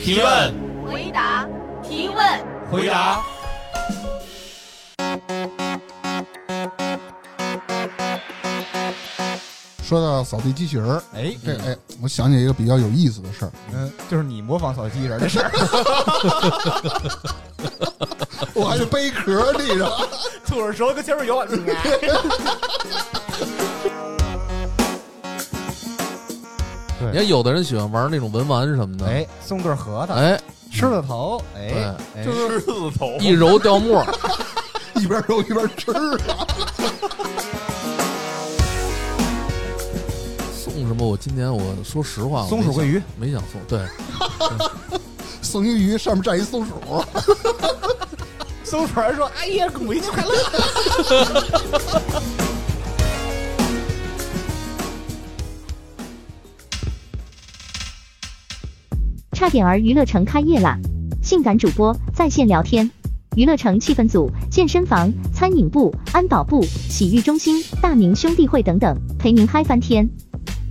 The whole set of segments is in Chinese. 提问、回答、提问。回答。说到扫地机器人儿，哎，这哎，我想起一个比较有意思的事儿。嗯，就是你模仿扫地机器 人的事儿，我还得背壳地上。吐着舌头跟前面游。对你看，有的人喜欢玩那种文玩什么的，哎，送对核桃，哎，狮子头，哎，哎狮子头一揉掉沫儿， 一边揉一边吃啊！ 送什么？我今年我说实话，我没松鼠想桂鱼没想送，对，送一鱼，上面站一松鼠，松鼠儿说：“哎呀，母亲节快乐 差点儿娱乐城开业啦！性感主播在线聊天，娱乐城气氛组、健身房、餐饮部、安保部、洗浴中心、大明兄弟会等等，陪您嗨翻天。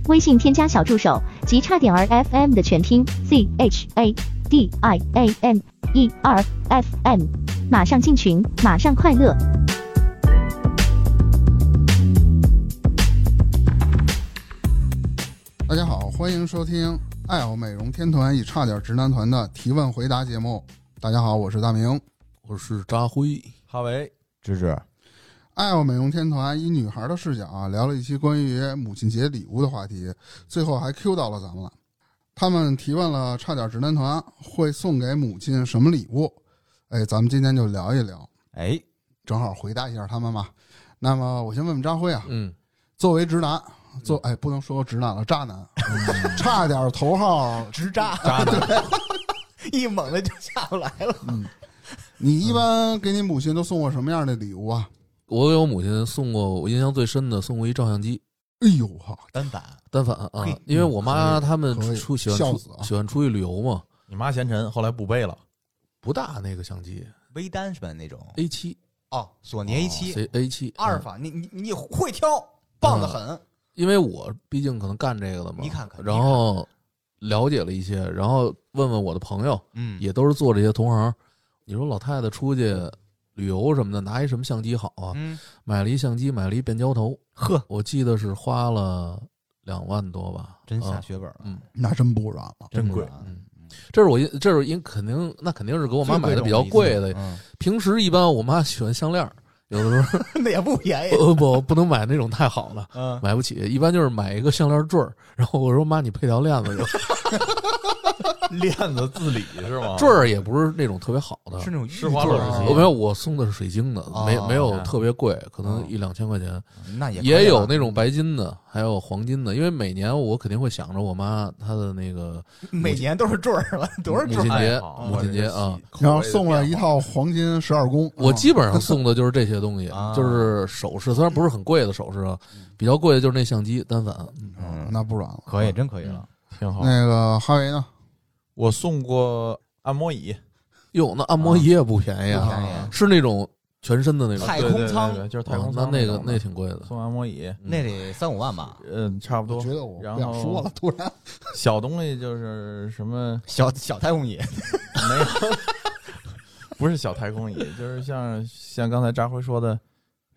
微信添加小助手及差点儿 FM 的全拼 Z H A D I A M E R F M，马上进群，马上快乐。大家好，欢迎收听爱好美容天团与差点直男团的提问回答节目。大家好，我是大明。我是扎辉，！”哈维，芝芝，爱好美容天团以女孩的视角啊，聊了一期关于母亲节礼物的话题，最后还 Q 到了咱们了。他们提问了差点直男团会送给母亲什么礼物，哎，咱们今天就聊一聊，哎，正好回答一下他们吧。那么我先问问张辉啊，嗯，作为直男，做哎不能说直男了，渣男，差点头号，直扎，渣一猛子就下不来了。你一般给你母亲都送过什么样的礼物啊？我给我母亲送过，我印象最深的送过一照相机哎呦哈，单反，单反啊嘿，嗯因为我妈他们可以出喜欢孝出子啊喜欢出去旅游嘛，你妈嫌沉，后来不背了。不大那个相机微单是吧？那种 A 七哦，嗯索尼 A 七 C A 七嗯阿尔，法，你你你会挑，棒的很。因为我毕竟可能干这个的嘛，你看看然后了解了一些，然后问问我的朋友，嗯也都是做这些同行。你说老太太出去旅游什么的，拿一什么相机好啊？嗯，买了一相机，买了一变焦头，呵，我记得是花了两万多吧，真下啊血本了，嗯那真不软了。真贵嗯，这是我印，这是因肯定，那肯定是给我我妈买的比较贵的。嗯，平时一般我妈喜欢项链儿， 有的时 那也不便宜候。呃不不能买那种太好的，嗯，买不起。一般就是买一个项链坠儿， 然后我说妈，你配条链子就， 链子自理是 吗坠儿也不是那种特别好的，哦是那种玉施华坠洛儿世啊奇我没有，我送的是水晶的，没哦没有看特别贵，可能哦一两千块钱，嗯那也可以啊也有了那种白金的，还有黄金的。因为每年我肯定会想着我妈她的那个嗯每年都是坠儿了，都是母坠儿亲节哎好，母亲节啊，然后送了一套黄金十二宫，我啊基本上送的就是这些东西啊，就是首饰，虽然不是很贵的首饰啊，比较贵的就是那相机单反。嗯嗯那不软了。可以，真可以了。挺好。那个哈维呢？我送过按摩椅，哟，那按摩椅也不便宜不啊，便宜是那种全身的那种，太空舱对对对对就是太哦空那舱那种个的那挺贵的。送按摩椅，嗯那得三五万吧，嗯，差不我多觉。得我然不想后说了，突然小东西就是什么小小太空椅，没有， 不是小太空椅，就是像像刚才扎辉说的，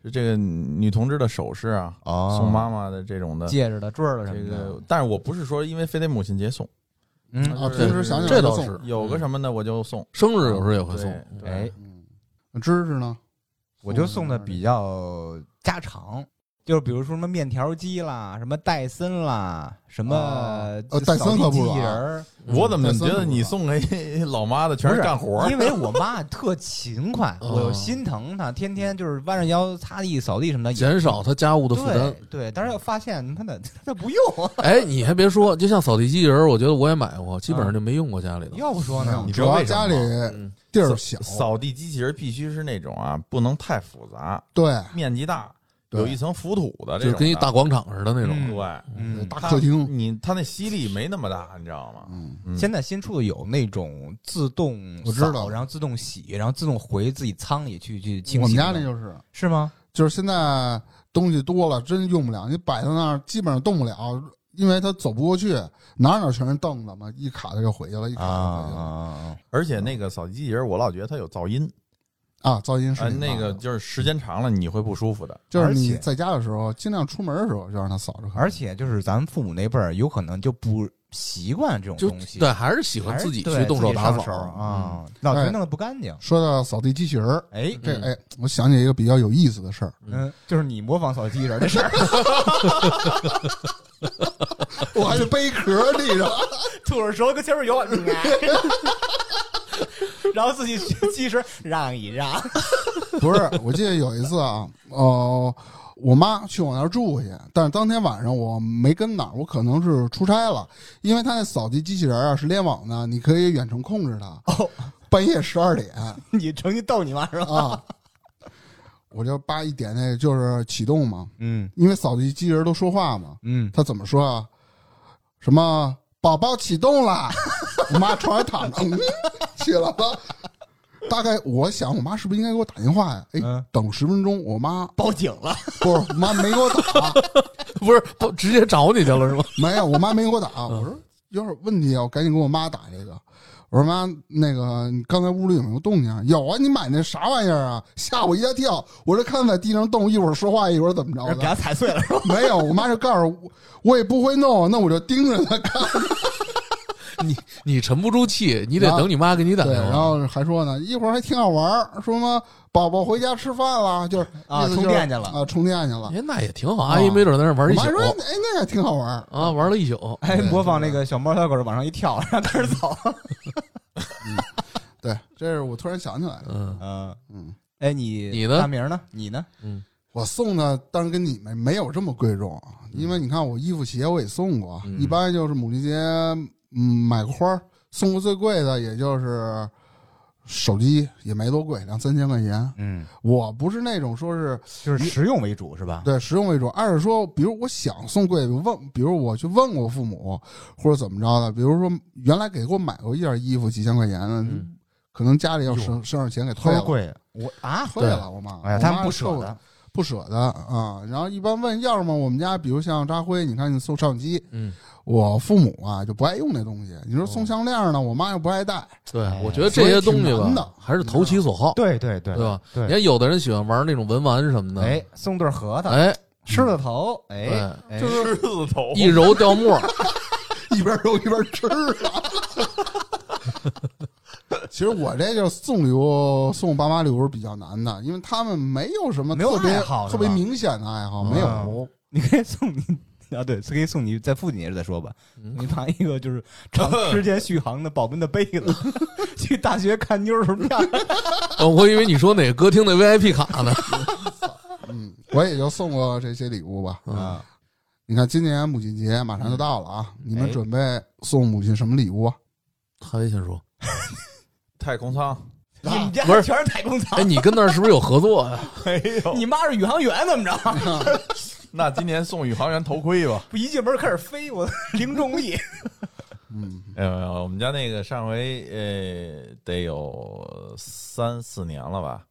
是这个女同志的首饰啊，哦送妈妈的这种的。戒指的、坠儿的这什么的个，，但是我不是说因为非得母亲节送，嗯，啊，就平是时想想这就倒送是有个什么呢我就送，生日有时候也会送，对对哎，嗯，知识呢？我就送的比较家常，就是比如说什么面条机啦，什么戴森啦，什么哦扫呃地戴森可不机软器人儿，我怎么嗯觉得你送给 老妈的全不是干活儿？因为我妈特勤 快，哦我又心疼她，天天就是弯着腰擦地、扫地什么的，减少他家务的负担对。对，但是要发现她的 她不 用，哎，你还别说，就像扫地机器人儿，我觉得我也买过，基本上就没用过家里的。要不说没有呢，你知主道要为什么家里吗嗯地儿小，扫地机器人必须是那种啊，不能太复杂，对，面积大，对有一层浮土的这种就是的，跟一大广场似的那种。嗯对，嗯，大客厅你它那吸力没那么大，你知道吗？嗯，嗯现在新出的有那种自动我知道扫然后自动洗，然后自动回自己仓里去去清洗的。嗯我们家那就是，是吗？就是现在东西多了，真用不了，你摆在那儿基本上动不了，因为他走不过去，哪儿哪儿全是凳子嘛，一卡他就回去了，一卡啊就回去了。啊而且那个扫地机器人，我老觉得它有噪音，啊，噪音是啊，挺大那个的就是时间长了你会不舒服的。就是而你且在家的时候，尽量出门的时候就让它扫着看。而且就是咱们父母那辈儿，有可能就不习惯这种就东西，对，还是喜还欢是自己对去动手打自己扫上手嗯啊，老觉得弄得不干净。说到扫地机器人儿，哎，这嗯哎，我想起一个比较有意思的事儿，嗯，就是你模仿扫地机器人的事儿， 我 还得背壳地上，吐着舌头跟前面游，啊 然后自己其实让一让， 不是，我记得有一次啊，呃，我妈去我那儿住去，但是当天晚上我没跟哪儿，我可能是出差了，因为它那扫地机器人啊是联网的，你可以远程控制它。哦，半夜十二点你成心逗你妈是吧？啊，我就叭一点那就是启动嘛，嗯因为扫地机器人都说话嘛，嗯，他怎么说啊？什么宝宝启动啦？我妈床上躺着，嗯起来了。大概我想，我妈是不是应该给我打电话呀？哎，嗯等十分钟，我妈报警了，不 是，我妈没给我打， 不是不直接找你去了是吗？没有，我妈没给我嗯打。我说有点问题啊，我赶紧给我妈打这个。我说妈，那个你刚才屋里有没有动静啊？有啊，你买那啥玩意儿啊？吓我一大跳！我这看在地上动，一会儿说话，一会儿怎么着给的？他踩碎了是吧？没有，我妈就告诉我，我也不会弄，那我就盯着她看。你你沉不住气，你得等你妈给你打啊对，电啊然话。后还说呢，一会儿还挺好玩儿，说什么宝宝回家吃饭了，就是啊意思就是充电去了啊，充电去了。哎，那也挺好，啊阿姨没准在那玩我一妈说，宿哎，那个挺好玩儿。啊，玩了一宿。哎，模仿那个小猫小狗往上一跳，然后开始走。对，这是我突然想起来的。嗯，嗯嗯，哎，你你呢大名呢？你呢？我送的当然跟你们没有这么贵重，啊因为你看我衣服鞋我也送过，嗯一般就是母亲节，嗯，买个花儿，送过最贵的也就是手机，也没多贵，两三千块钱。嗯，我不是那种说是就是实用为主是吧？对，实用为主。二是说，比如我想送贵的，问，比如我去问过父母，或者怎么着的，比如说原来给我买过一件衣服几千块钱的，嗯可能家里要哟省省点钱给退齁了，贵，我啊，退了我妈，哎呀，我他妈们不是舍受得，不舍得啊、然后一般问要什么，我们家比如像扎辉，你看你送照相机，嗯，我父母啊就不爱用那东西。你说送哦项链呢，我妈又不爱 戴，对哎，我觉得这些东西所以挺难的吧，还是投其所好，对对对对吧？你对，看有的人喜欢玩那种文玩什么的，哎，送对核桃，哎，狮子头，哎，哎就狮是子头一揉掉沫，一边揉一边吃啊。其实我这就送礼物送我爸妈礼物是比较难的，因为他们没有什么没有特别爱好是特吧别明显的爱好，嗯没有嗯。你可以送你啊， 对，可以送你在父亲节再说吧。你拿一个就是长时间续航的保温的杯子， 去大学看妞儿时候漂亮。呃我以为你说哪个歌厅的 VIP 卡呢？ 嗯，我也就送过这些礼物吧。嗯，啊你看，今年母亲节马上就到了啊，你们哎准备送母亲什么礼物啊？韩威先说，太空舱，你们家不是全是太空哎，舱，你跟那儿是不是有合作啊呀？没有。 你妈是宇航员怎么着？那今年送宇航员头盔吧。不一进门开始飞， 我零重力。嗯，呃，我们家那个上回呃得有三四年了吧，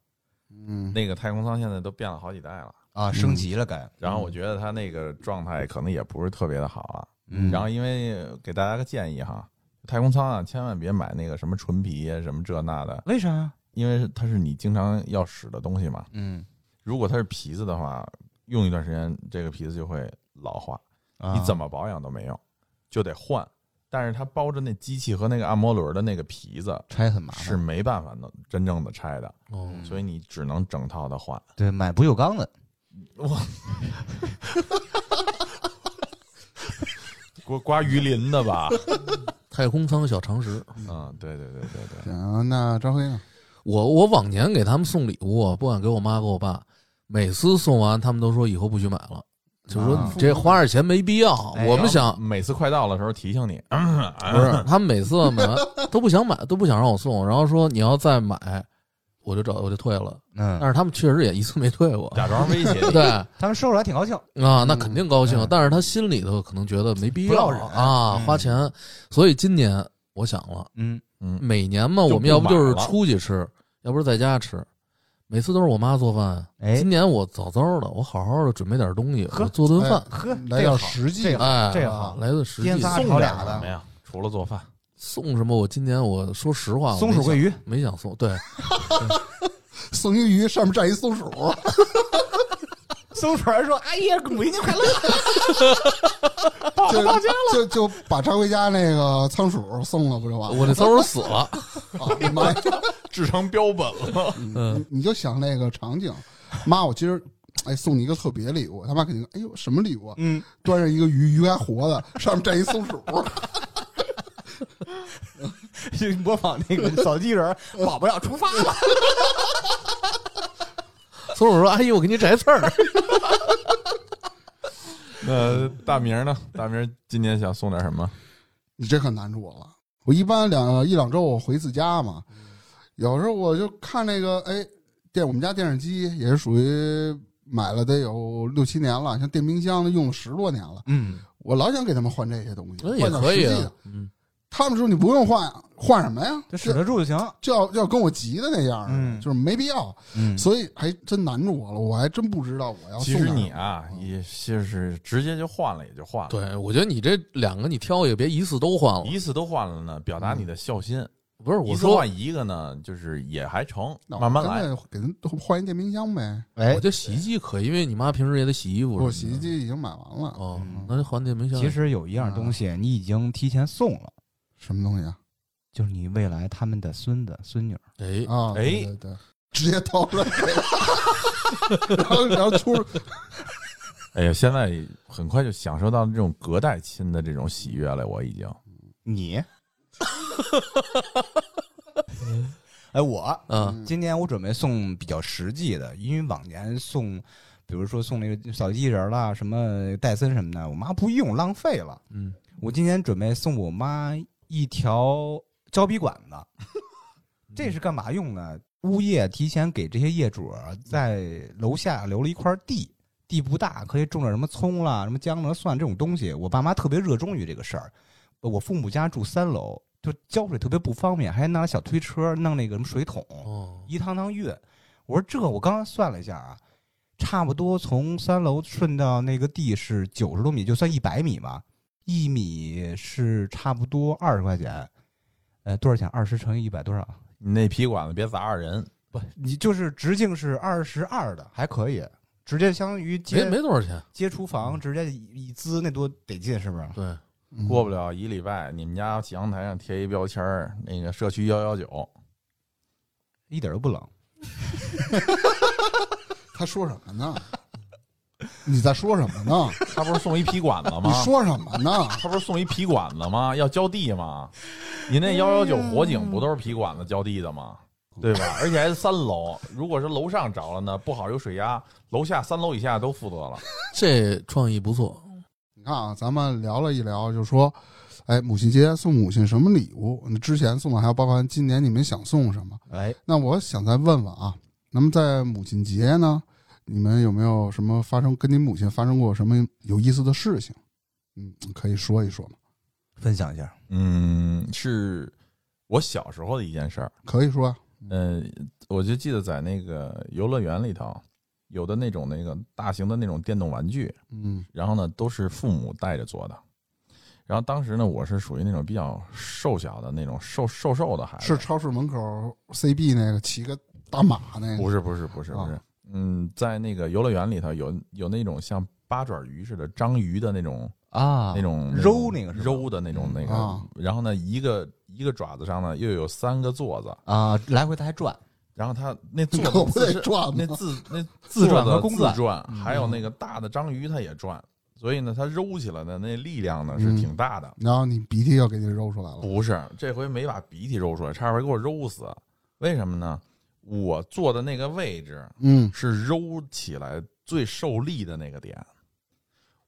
嗯，那个太空舱现在都变了好几代了。啊，升级了该。然后我觉得它那个状态可能也不是特别的好啊。嗯然后因为给大家个建议哈，太空舱啊，千万别买那个什么纯皮啊，什么这那的，为啥啊呀？因为它是你经常要使的东西嘛。嗯，如果它是皮子的话，用一段时间这个皮子就会老化，你啊你怎么保养都没用，就得换。但是它包着那机器和那个按摩轮的那个皮子拆很麻烦？是没办法能真正的拆的，哦，所以你只能整套的换。对，买不锈钢的。刮刮鱼鳞的吧？太空舱小常识。嗯，对对对对对。行，那张辉呢？我我往年给他们送礼物啊，不管给我妈给我爸，每次送完他们都说以后不许买了，就说啊你这花点钱没必要。哎我们然想后每次快到的时候提醒你，嗯哎不是，他们每次啊买 都不想买，都不想让我送，然后说你要再买，我就找我就退了。嗯但，是他们确实也一次没 退过。假装威胁你。对啊，他们收着还挺高兴。那肯定高兴，嗯但是他心里头可能觉得没必不要落忍啊，嗯花钱。所以今年我想了，嗯嗯，每年嘛，就不我们要不就是买了出去吃，要不是在家吃。每次都是我妈做饭。哎今年我早早的，我好好的准备点东西，呵我做顿饭，呵，来这点个好实际这的个好哎，这个好来顿实际颠的仨送炒点俩什么的，呀？除了做饭，送什么？我今年我说实话，我松鼠桂鱼，没想送，对， 松鱼鱼上面蘸一松鼠，松鼠儿说：“哎呀，母亲快乐！ 就就就把常回家那个仓鼠送了，不就完了？我那骚人死了，啊你妈呀！制成标本了。嗯你你就想那个场景，妈，我今儿哎送你一个特别礼物，他妈肯定哎呦什么礼物啊？嗯，端上一个鱼，鱼还活的，上面站一松鼠，就模仿那个小机器人儿，宝宝要出发了。松鼠说：“阿姨，我给你摘刺儿。 那大明呢？大明今年想送点什么？ 你这可难住我了。我一般两一两周我回次家嘛，有时候我就看那个哎电我们家电视机也是属于买了得有六七年了，像电冰箱用了十多年了，嗯，我老想给他们换这些东”西，那换点 实也可以际啊的。，嗯，他们说你不用换，啊换什么呀？这使得住就行。就要就要跟我急的那样儿，嗯就是没必要，嗯所以还真难住我了，我还真不知道我要送其哪儿实你啊，也就是直接就换了，也就换了。对，我觉得你这两个你挑一个，别一次都换了。一次都换了呢，表达你的孝心；不是我一次说，换一个呢，就是也还成，那我慢慢干脆来。给人换一电冰箱呗。哎我觉，得洗衣机可以，因为你妈平时也得洗衣服。哦我洗衣。机已经买完了，哦嗯，那就还电冰箱。其实有一样东西你已经提前送了，什么东西啊？就是你未来他们的孙子孙女儿。哎，啊，哎对对对，直接 掏出来给我，然后然后出哎呀，现在很快就享受到这种隔代亲的这种喜悦了，我已经。你， 哎，我啊啊嗯，今年我准备送比较实际的，因为往年送，比如说送那个扫地机器人儿啦，什么戴森什么的，我妈不用，浪费了。嗯，我今年准备送我妈一条胶笔管子，这是干嘛用呢？物业提前给这些业主啊在楼下留了一块地，地不大，可以种点什么葱啦、什么姜啦、蒜这种东西。我爸妈特别热衷于这个事儿。我父母家住三楼，就浇水特别不方便，还拿小推车弄那个什么水桶。哦，一趟趟运。我说这我刚刚算了一下啊，差不多从三楼顺到那个地是九十多米，就算一百米吧，一米是差不多二十块钱，呃，多少钱？二十乘以一百多少？你那皮管子别砸着人，不，你就是直径是二十二的，还可以，直接相当于没接哎没多少钱。接厨房，直接一一滋那多得劲，是不是？对，嗯过不了一礼拜，你们家阳台上贴一标签儿，那个社区幺幺九，一点都不冷。他说什么呢？ 你在说什么呢？他不是送一皮管子吗 你？说什么呢？他不是送一皮管子吗？要浇地吗？你那幺幺九火警不都是皮管子浇地的吗？嗯对吧？而且还是三楼，如果是楼上着了呢，不好有水压，楼下三楼以下都负责了。这创意不错。你看啊，咱们聊了一聊，就说，哎，母亲节送母亲什么礼物？你之前送的，还有包括今年你们想送什么？哎，那我想再问问啊，那么在母亲节呢，你们有没有什么发生跟你母亲发生过什么有意思的事情？嗯，可以说一说吗？分享一下，嗯，是我小时候的一件事儿。可以说啊，嗯，我就记得在那个游乐园里头，有的那种那个大型的那种电动玩具，嗯然后呢都是父母带着做的。然后当时呢，我是属于那种比较瘦小的那种瘦瘦瘦的孩子，是超市门口 CB 那个骑个大马那个不是不是不是不是啊，嗯，在那个游乐园里头有有那种像八爪鱼似的章鱼的那种啊那种揉那那种个是吧嗯揉的那种那个啊，然后呢一个一个爪子上呢又有三个座子，啊，来回它还转，然后它那 座可子不自得是转吗那？自 那自转座和子公自转转，还嗯有那个大的章鱼它也转，所以呢它揉起来的那力量呢是嗯挺大的。然后你鼻涕要给你揉出来了，不是，这回没把鼻涕揉出来，差点给我揉死。为什么呢？我坐的那个位置嗯，是揉起来最受力的那个点。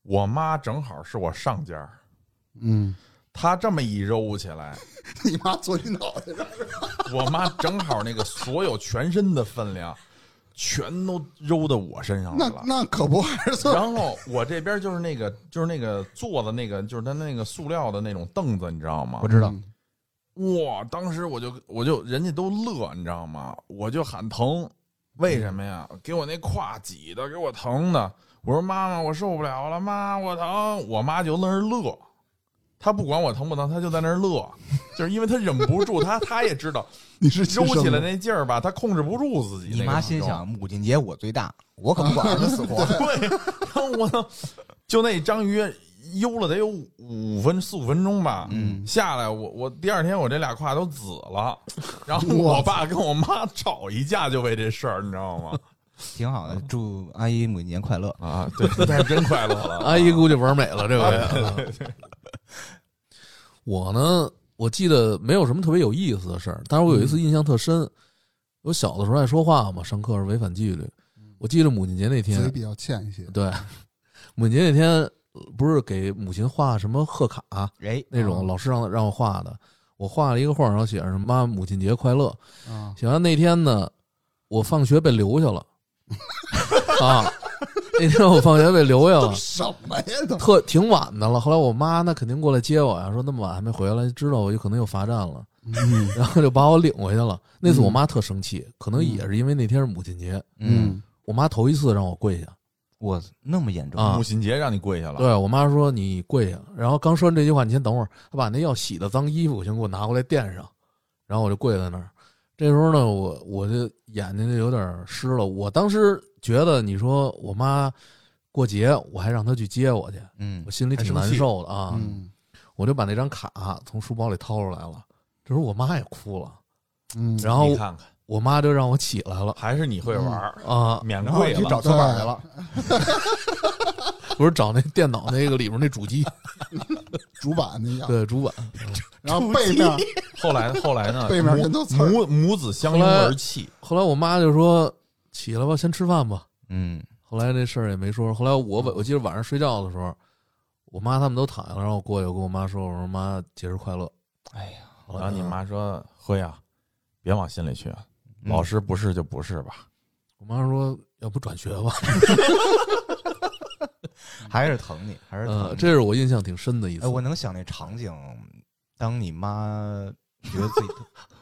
我妈正好是我上家儿，嗯，她这么一揉起来， 你妈坐你脑袋上，我妈正好那个所有全身的分量，全都揉到我身上来那了。那可不还 是坐然后我这边就是那个，就是那个坐的那个，就是他那个塑料的那种凳子，你知道吗？我知嗯道，哇！当时我就我就人家都乐，你知道吗？我就喊疼，为什么呀？给我那胯挤的，给我疼的。我说妈妈，我受不了了，妈，我疼。我妈就在那儿乐，她不管我疼不疼，她就在那儿乐，就是因为她忍不住，她她也知 道你是亲揉生起来的那劲儿吧，她控制不住自己。你那个妈心时候想，母亲节我最大，我可不管 儿子死活。对，然后我呢，就那章鱼悠了得有五五分四五分钟吧，嗯下来我我第二天我这俩胯都紫了，然后我爸跟我妈吵一架就为这事儿，你知道吗？挺好的，祝阿姨母亲节快乐。啊，对，那真快乐 了，阿姨估计玩美了这回。 我呢，我记得没有什么特别有意思的事儿，但是我有一嗯次印象特深。我小的时候爱说话嘛，上课是违反纪律。嗯我记得母亲节那天啊嘴，比较欠一些，对，母亲节那天呃不是给母亲画什么贺卡、哎，那种，老师让让我画的，我画了一个画，然后写上“妈，母亲节快乐”。啊，写完那天呢，我放学被留下了啊！那天我放学被留下了，什么呀都哦特挺晚的了。后来我妈那肯定过来接我呀，说那么晚还没回来，知道我就可能有罚站了，嗯然后就把我领回去了。那次我妈特生气，可能也是因为那天是母亲节，嗯，，我妈头一次让我跪下我那么严重啊母。亲节让你跪下了，对我妈说你跪下，然后刚说完这句话，你先等会儿，她把那要洗的脏衣服先给我拿过来垫上，然后我就跪在那儿。这时候呢，我我这眼睛就有点湿了。我当时觉得你说我妈过节，我还让她去接我去，嗯我，心里还挺生难气受的啊。嗯我就把那张卡从书包里掏出来了。这时候我妈也哭了，嗯，然后你看看，我妈就让我起来了还是你会玩儿，啊，免然后跪去了，找对跳板去了，不是找那电脑那个里边那 主机，主板那样，对主板。然后背面后来后来呢， 背面母人都刺儿母母子相拥后来而泣，后来我妈就说起来吧，先吃饭吧。嗯，后来这事儿也没说。后来我晚我记得晚上睡觉的时候，我妈他们都躺下了，然后我过去我跟我妈说，我说妈节日快乐。哎呀，后然来后你妈说辉啊，别往心里去，啊嗯老师不是就不是吧，我妈说要不转学吧。还是疼你，还是疼呃，你。这是我印象挺深的一次嗯哎，。我能想那场景，当你妈觉得自 己，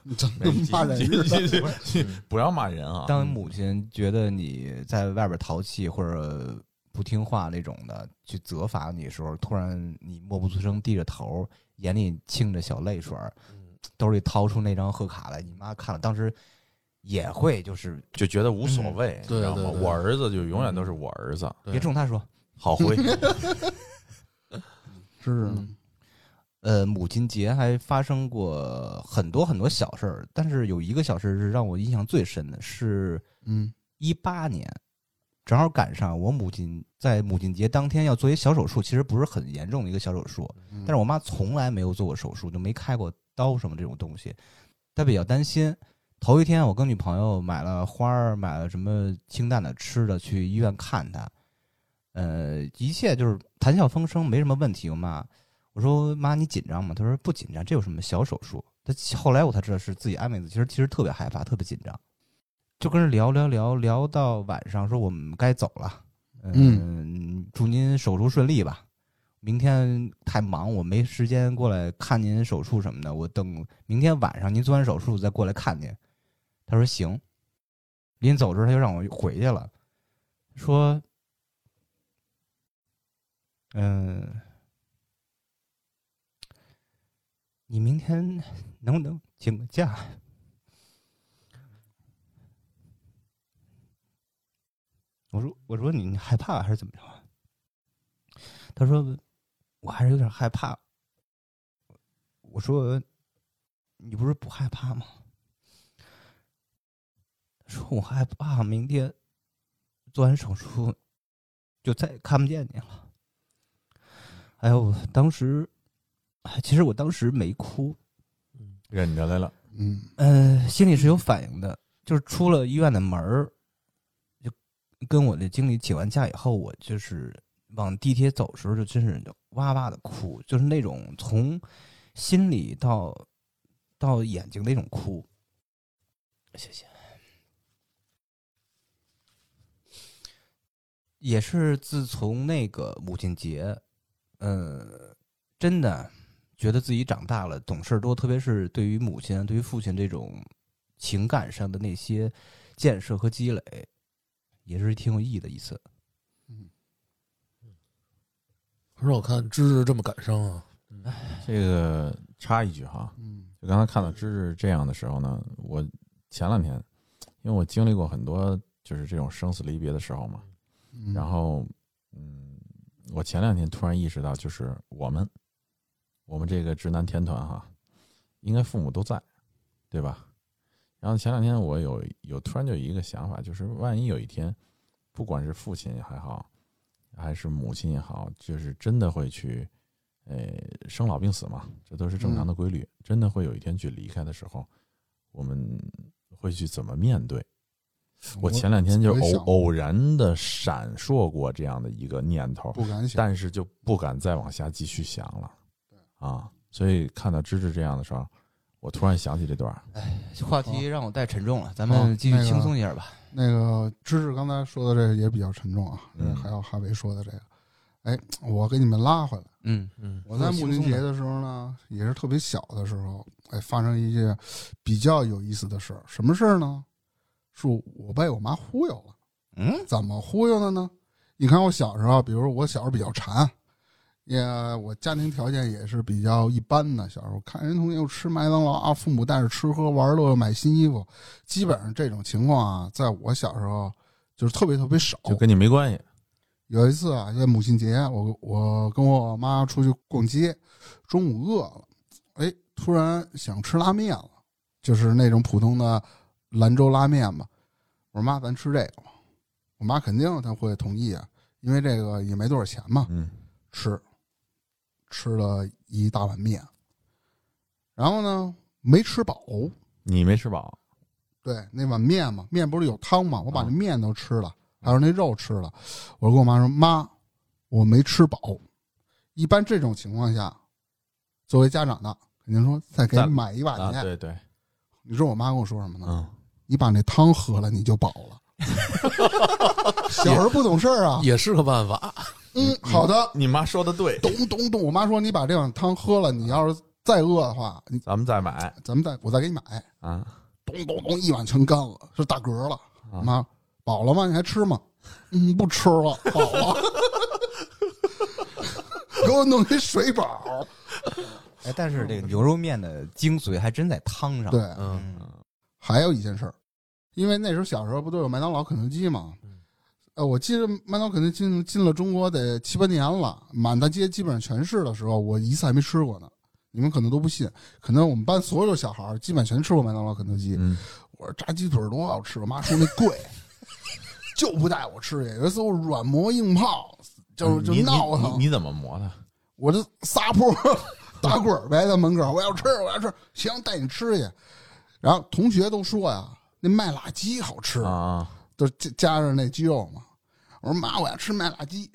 你真跟 骂人似的，不要骂人啊！当母亲觉得你在外边淘气或者不听话那种的，去责罚你的时候，突然你默不作声，低着头，眼里噙着小泪水儿，嗯兜里掏出那张贺卡来，你妈看了，当时也会就是就觉得无所谓，你嗯对知道吗？对对嗯我儿子就永远都是我儿子，对别冲他说，好 辉，是嗯呃，母亲节还发生过很多很多小事儿，但是有一个小事儿是让我印象最深的，是嗯一八年，正好赶上我母亲在母亲节当天要做一小手术，其实不是很严重的一个小手术，嗯但是我妈从来没有做过手术，就没开过刀什么这种东西，她比较担心。头一天，我跟女朋友买了花儿，买了什么清淡的吃的，去医院看她，呃，一切就是谈笑风生，没什么问题。我妈，我说妈，你紧张吗？她说不紧张，这有什么小手术？她后来我才知道是自己安慰自己，其实其实特别害怕，特别紧张，就跟人聊聊聊聊到晚上，说我们该走了，嗯，祝您手术顺利吧。明天太忙，我没时间过来看您手术什么的。我等明天晚上您做完手术再过来看您。他说行。临走之后他就让我回去了，说，嗯、你明天能不能请个假？我说我说你你害怕还是怎么着啊？他说我还是有点害怕。我说：“你不是不害怕吗？”他说：“我害怕明天做完手术就再也看不见你了。”哎呦，我当时，哎其实我当时没哭，忍着来了，嗯呃，心里是有反应的。就是出了医院的门儿，就跟我的经理请完假以后，我就是往地铁走的时候，就真是就哇哇的哭，就是那种从心里到到眼睛那种哭。谢谢。也是自从那个母亲节，呃，真的觉得自己长大啊了，懂事儿多，特别是对于母亲、对于父亲这种情感上的那些建设和积累，也是挺有意义的一次。很少看芝芝这么感伤啊。这个插一句哈，嗯就刚才看到芝芝这样的时候呢，我前两天，因为我经历过很多就是这种生死离别的时候嘛，嗯，然后，嗯，我前两天突然意识到，就是我们，我们这个直男天团哈，应该父母都在，对吧？然后前两天我有有突然就有一个想法，就是万一有一天，不管是父亲也好，还是母亲也好，就是真的会去，呃，生老病死嘛，这都是正常的规律。真的会有一天去离开的时候，我们会去怎么面对？我前两天就嗯我也偶想偶然的闪烁过这样的一个念头，不敢想，但是就不敢再往下继续想了。啊，所以看到芝芝这样的时候，我突然想起这段儿，话题让我太沉重了，咱好们继续那个轻松一下吧。那个芝芝刚才说的这个也比较沉重啊，嗯还有哈维说的这个，哎，我给你们拉回来。嗯嗯，我在母亲节的时候呢，也是特别小的时候，哎，发生一件比较有意思的事儿。什么事儿呢？是我被我妈忽悠了。嗯，怎么忽悠的呢？你看我小时候，比如我小时候比较馋，也我家庭条件也是比较一般的。小时候看人同学又吃麦当劳啊，父母带着吃喝玩乐，买新衣服，基本上这种情况啊，在我小时候就是特别特别少。就跟你没关系。有一次啊，在母亲节，我我跟我妈出去逛街，中午饿了，哎，突然想吃拉面了，就是那种普通的兰州拉面吧。我说妈，咱吃这个吧。我妈肯定她会同意啊，因为这个也没多少钱嘛。嗯，吃，吃了一大碗面，然后呢没吃饱，你没吃饱，对，那碗面嘛，面不是有汤嘛，我把啊那面都吃了，还有那肉吃了。我跟我妈说：“妈，我没吃饱。”一般这种情况下，作为家长的肯定说再给你再买一碗啊，去。对对，你知道我妈跟我说什么呢？嗯，你把那汤喝了，你就饱了。 小孩不懂事儿啊，也是个办法。嗯，好的，你妈说的对，懂懂懂。我妈说你把这碗汤喝了，你要是再饿的话，你咱们再买咱们再我再给你买。啊，咚咚咚，一碗全干了，是打嗝了。啊妈，饱了吗？你还吃吗？嗯，不吃了，饱了。 给我弄一水饱。哎，但是这个牛肉面的精髓还真在汤上。嗯对，嗯，嗯，还有一件事儿，因为那时候小时候不都有麦当劳、肯德基嘛嗯？呃，我记得麦当劳、肯德基进了中国得七八年了，满大街基本上全是的时候，我一次还没吃过呢。你们可能都不信，可能我们班所有的小孩儿基本全吃过麦当劳、肯德基。嗯，我说炸鸡腿多好吃，我妈说那贵，就不带我吃去。有一次我软磨硬泡，就就嗯你你闹你腾，你怎么磨的？我就撒泼打滚儿呗，在门口，我要吃，我要吃，行，带你吃去。然后同学都说呀，那麦辣鸡好吃，啊，就加加上那鸡肉嘛。我说妈，我要吃麦辣鸡。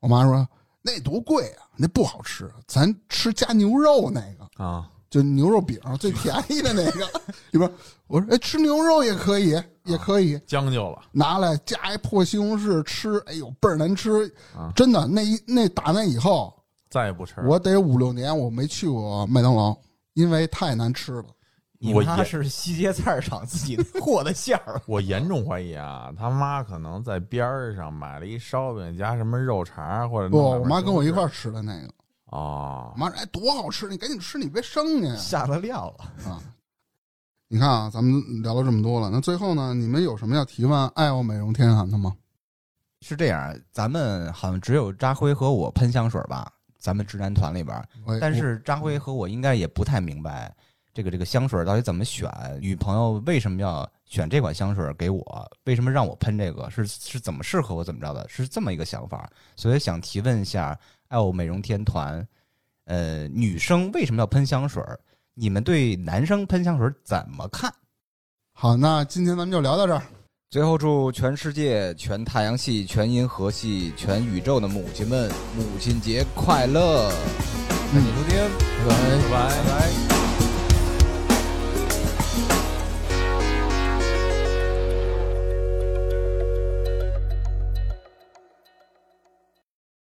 我妈说那多贵啊，那不好吃，咱吃加牛肉那个。啊，就牛肉饼最便宜的那个里边，我说哎，吃牛肉也可以，也可以将就了，拿来加一破西红柿吃，哎呦倍儿难吃啊，真的那一那打那以后，再也不吃了。我得五六年我没去过麦当劳，因为太难吃了。你我妈也是西街菜市场自己和的馅儿。我严重怀疑啊，他妈可能在边儿上买了一烧饼加什么肉肠儿或者不，弄两我份妈跟我一块儿儿吃的那个，哦我，妈说哎多好吃，你赶紧吃，你别剩下呀。下了料了，啊。你看啊，咱们聊了这么多了，那最后呢，你们有什么要提问爱奥美容天寒的吗？是这样，咱们好像只有扎辉和我喷香水吧，咱们直男团里边儿，我也但是扎辉和我应该也不太明白这个这个香水到底怎么选，女朋友为什么要选这款香水给我，为什么让我喷这个，是是怎么适合我怎么着的，是这么一个想法，所以想提问一下爱我美容天团，呃，女生为什么要喷香水？你们对男生喷香水怎么看？好，那今天咱们就聊到这儿。最后祝全世界、全太阳系、全银河系、全宇宙的母亲们母亲节快乐！感谢收听，拜拜。拜拜